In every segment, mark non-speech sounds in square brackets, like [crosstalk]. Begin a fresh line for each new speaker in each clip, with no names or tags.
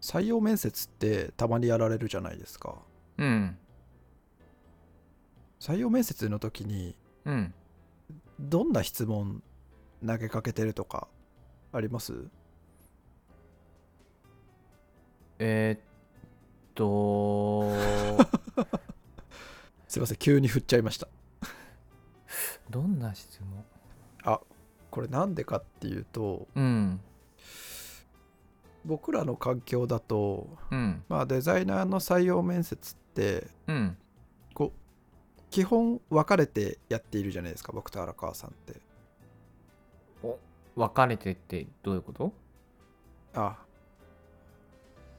採用面接ってたまにやられるじゃないですか
うん
採用面接の時に
うん
どんな質問投げかけてるとかあります
えー、っと
すいません急に振っちゃいました
どんな質問
これなんでかっていうと
うん
僕らの環境だと、
うん
まあ、デザイナーの採用面接って
うん
こう基本分かれてやっているじゃないですか僕と荒川さんって
お分かれてってどういうこと
あ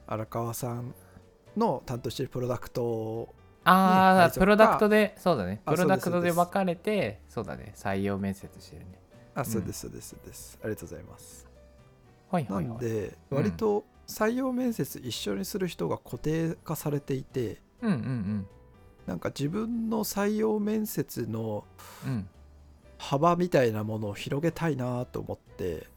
荒川さんの担当しているプロダクトをね
あ
配
あ、
属
プロダクトで、そうだね。
あ
プロダクトで
そうですそうです
分かれて、そうだね。採用面接してるね。
あそう
うん
ですそうですそうです、ありがとうございます
はい
な
はい
ん
はい。
で
うん
割と採用面接一緒にする人が固定化されていて
うんうん
なんか自分の採用面接の
うん。うん。
幅みたいなものを広げたいなと思って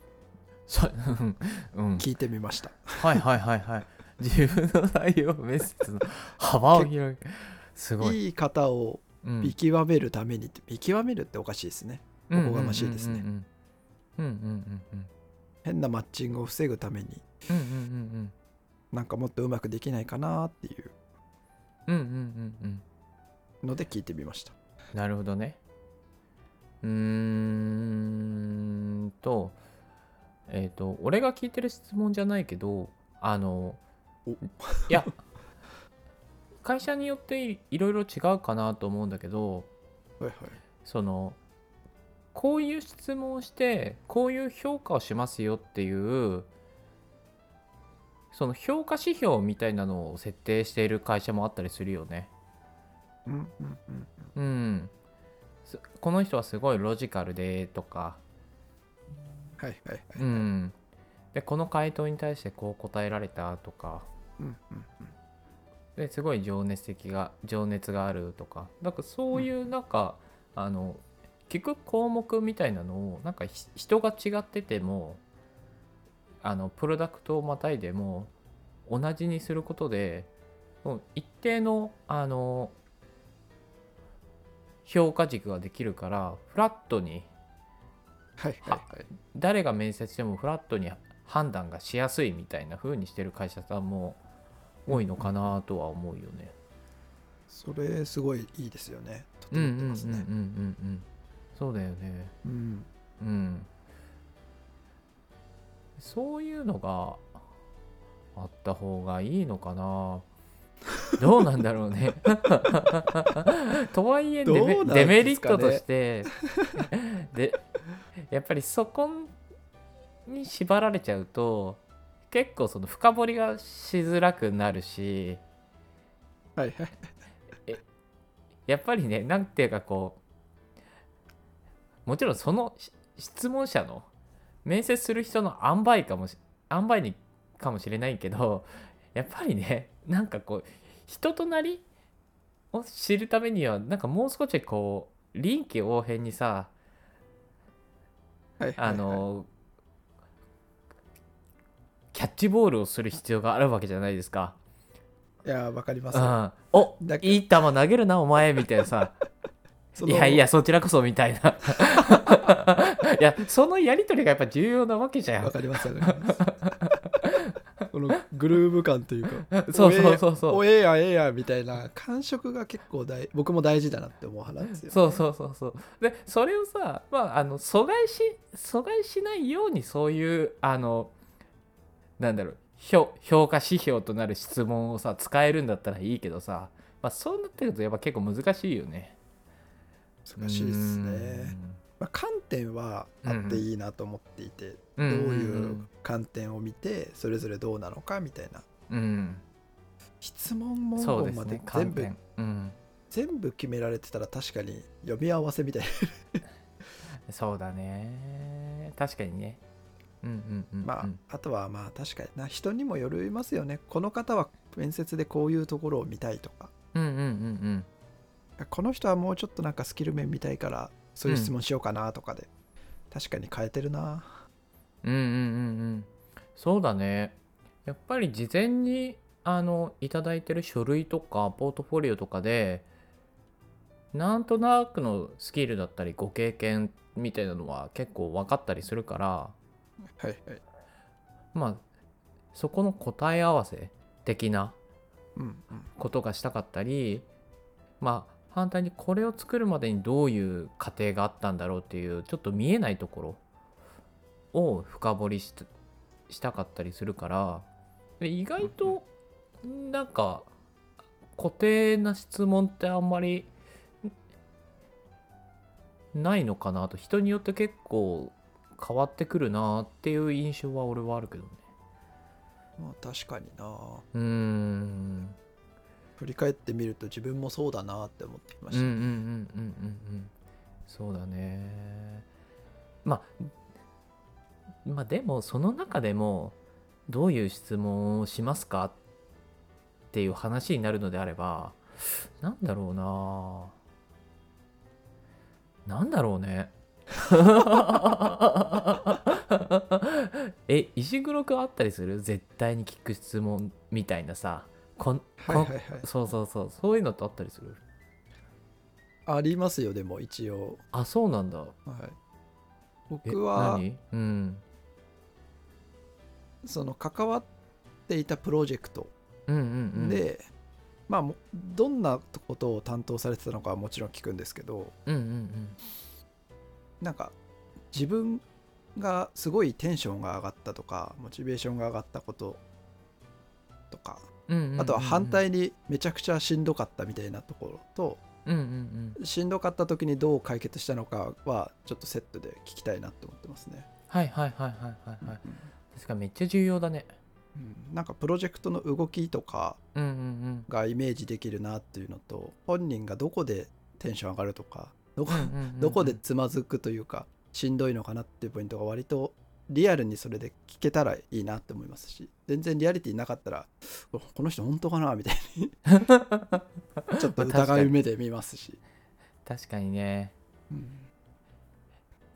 そうん [laughs] うん。
聞いてみました
はいはいはいはい。自分の採用面 [laughs] 接の幅を広げすごい。
いい方を
うん
見極めるためにって見極めるっておかしいですねおこがましいですね。
うんうんうんうん
変なマッチングを防ぐために
うんうんうん
なんかもっとうまくできないかなっていう
うんうんうんうんうんうん。
ので聞いてみました
なるほどね。うーんと、えっ、と、俺が聞いてる質問じゃないけど、あの、
お
いや、会社によっていいろいろ違うかなと思うんだけど、
はいはい
その、こういう質問をして、こういう評価をしますよっていう、その評価指標みたいなのを設定している会社もあったりするよね。
うんうんうん
うん、すこの人はすごいロジカルでとか、
はいはいはい
うん、でこの回答に対してこう答えられたとか
うんうん
ですごい情熱的が情熱があるとかなんかそういうなんか、あの聞く項目みたいなのをなんかひ人が違っててもあのプロダクトをまたいでも同じにすることでもう一定のあの評価軸ができるからフラットに
はいはいはい
誰が面接してもフラットに判断がしやすいみたいな風にしてる会社さんも多いのかなとは思うよね。
それすごいいいですよね
うん
整っ
うん
てま
うんうんう
す
んう
ね
ん。そうだよね。
うん
うん。そういうのがあった方がいいのかな。どうなんだろうね。 [laughs] とはいえデメ
どうなんですかね
デメリットとしてでやっぱりそこに縛られちゃうと結構その深掘りがしづらくなるし
はいはい
やっぱりねなんていうかこうもちろんそのし質問者の面接する人の塩梅かもし塩梅にかもしれないけどやっぱりねなんかこう人となりを知るためにはなんかもう少しこう臨機応変にさ
はいはい
あのキャッチボールをする必要があるわけじゃないですか。
いやわかります
うん、お
だけど
いい球投げるなお前みたいなさ
そ
い
の
やいや、そちらこそみたいな。 [laughs] いや、そのやりとりがやっぱ重要なわけ
[laughs]
じゃ
わ
ん。
かりますわかりますこのグルーヴ感というか
[laughs] そうそうそうそ
お
う。
えやおえやええやみたいな感触が結構大僕も大事だなって思う話ですよ
そうそうそうそう。で、それをさ、まあ、あの、阻害し、阻害しないように、そういう、あの、なんだろう、評評価指標となる質問をさ、使えるんだったらいいけどさ、まあ、そうなってくると、やっぱ結構難しいよね。
難しいですね、まあ、観点はあっていいなと思っていて、
うん。
ど
ん
ういう観点を見てそれぞれどうなのかみたいな
うん。
質問
うんそう
文言
で
ますで
ね、
全
観
部、
点。うん。
全部決められてたら確かに読み合わせみたいな
そうだね確かにねうんうんうん、うん、
まあ、あとはまあ確かにな人にもよりますよねこの方は面接でこういうところを見たいとか
うんうんうん
この人はもうちょっとなんかスキル面見たいからそういう質問しようかなとかで、確かに変えてるな
うんうんうんうんうんそうだねやっぱり事前にあのいただいてる書類とかポートフォリオとかでなんとなくのスキルだったりご経験みたいなのは結構分かったりするから
はいはい。
まあそこの答え合わせ的な
うんうん。
ことがしたかったりまあ反対にこれを作るまでにどういう過程があったんだろうっていうちょっと見えないところを深掘りししたかったりするからで意外となんか固定な質問ってあんまりないのかなと人によって結構変わってくるなっていう印象は俺はあるけどね
まあ確かにな。
うーん
振り返ってみると自分もそうだなって思ってきま
うん
し
うん
た。
うんうんうんうんそうだねまあまあでもその中でもどういう質問をしますかっていう話になるのであればなんだろうななんだろうね [laughs] え石黒くんあったりする絶対に聞く質問みたいなさこんこん、
はいはいはい。
そうそうそうそういうのってあったりする
ありますよ、でも一応。
あそうなんだ
はい、
え
僕は
何うん
その関わっていたプロジェクト
うんうんうん
で、まあもどんなことを担当されてたのかはもちろん聞くんですけど
うんうんうん
なんか自分がすごいテンションが上がったとかモチベーションが上がったこととか
うんうんうんうん
あとは反対にめちゃくちゃしんどかったみたいなところと
うんうんうん
しんどかった時にどう解決したのかはちょっとセットで聞きたいなって思ってますね。
はいはいはいはいはいはい確かにめっちゃ重要だね
うんなんかプロジェクトの動きとか
うんうん
がイメージできるなっていうのと本人がどこでテンション上がるとかどこ
うんうんうんうん
どこでつまずくというかしんどいのかなっていうポイントが割とリアルにそれで聞けたらいいなって思いますし全然リアリティなかったらおこの人本当かなみたい
[laughs]
にちょっと疑い目で見ますし、
確かにね
うん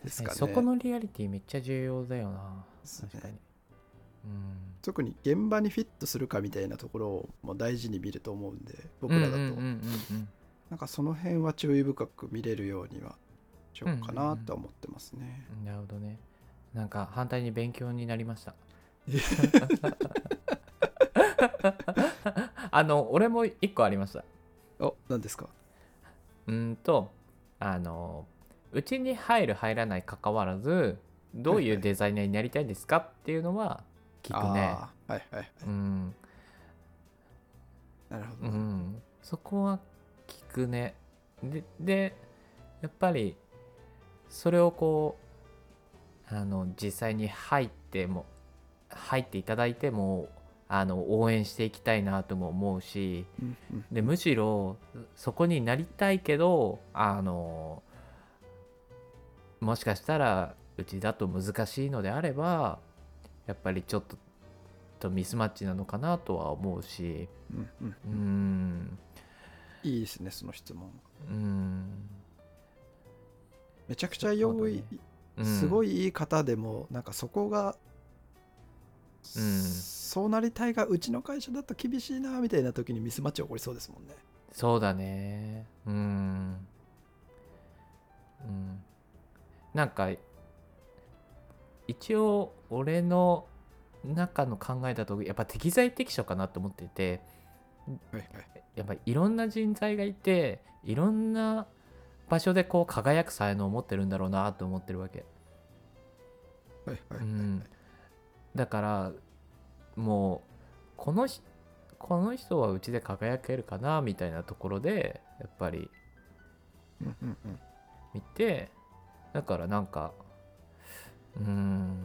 ですかね
そこのリアリティめっちゃ重要だよな
そうね
確かにうん
特に現場にフィットするかみたいなところをもう大事に見ると思うんで僕らだと、
うんうんうんうんうん
なんかその辺は注意深く見れるようにはしようかなとは思ってますね。
なるほどね。なんか反対に勉強になり
[laughs]
ました。 [laughs] あの俺も一個ありました。
お、何ですか
うーんとあのうちに入る入らないかかわらずどういうデザイナーになりたいですかっていうのは聞くね。
あーはいはいはい。
うん、
なるほ
う
ど。
ん、そこは聞くね。ででやっぱりそれをこうあの実際に入っても入っていただいてもあの応援していきたいなとも思うし
うんうん
でむしろそこになりたいけどあのもしかしたらうちだと難しいのであればやっぱりちょっととミスマッチなのかなとは思うし。
うんうん
うーん
いいですね、その質問。
うーん
めちゃくちゃ用意、
そううん
すごいいい方でも、なんかそこが、
うん
そうなりたいがうちの会社だと厳しいなみたいな時にミスマッチ起こりそうですもんね。
そうだねうーんうんなんか一応俺の中の考えだとやっぱ適材適所かなと思っていて
はいはい。
やっぱいろんな人材がいていろんな場所でこう輝く才能を持ってるんだろうなと思ってるわけ
はいはい
うんだからもうこのひこの人はうちで輝けるかなみたいなところでやっぱり
うんうんうん
見てだからなんかうーん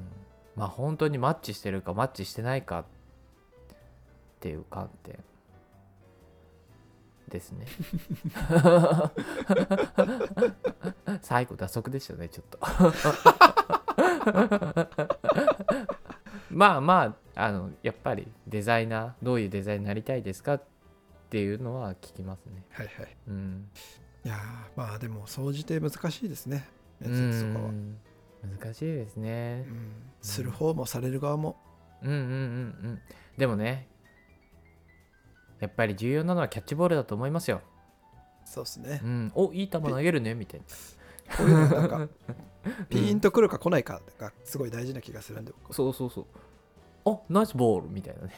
まあ本当にマッチしてるかマッチしてないかっていう観点ですね最後打足でしたねちょっとまあまああのやっぱりデザイナーどういうデザイナーになりたいですかっていうのは聞きますね
はいはい。
うん
いやーまあでも、総じて難しいですね、面接とかは。
うん難しいですね
う。んする方もされる側も
うんうんうんうんでもねやっぱり重要なのはキャッチボールだと思いますよ。
そうですね
う。ん、おいい球投げるねみたいな。
こういうのなん
[laughs]
か、ピーンとくるか来ないかがすごい大事な気がするんで、僕
そうそうそう。あナイスボールみたいなね。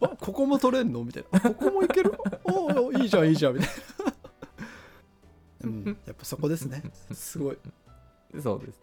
あここも取れんのみたいな。あここもいけるおお、いいじゃん、いいじゃん、みたいな。うん、やっぱそこですね。すごい。
そうです。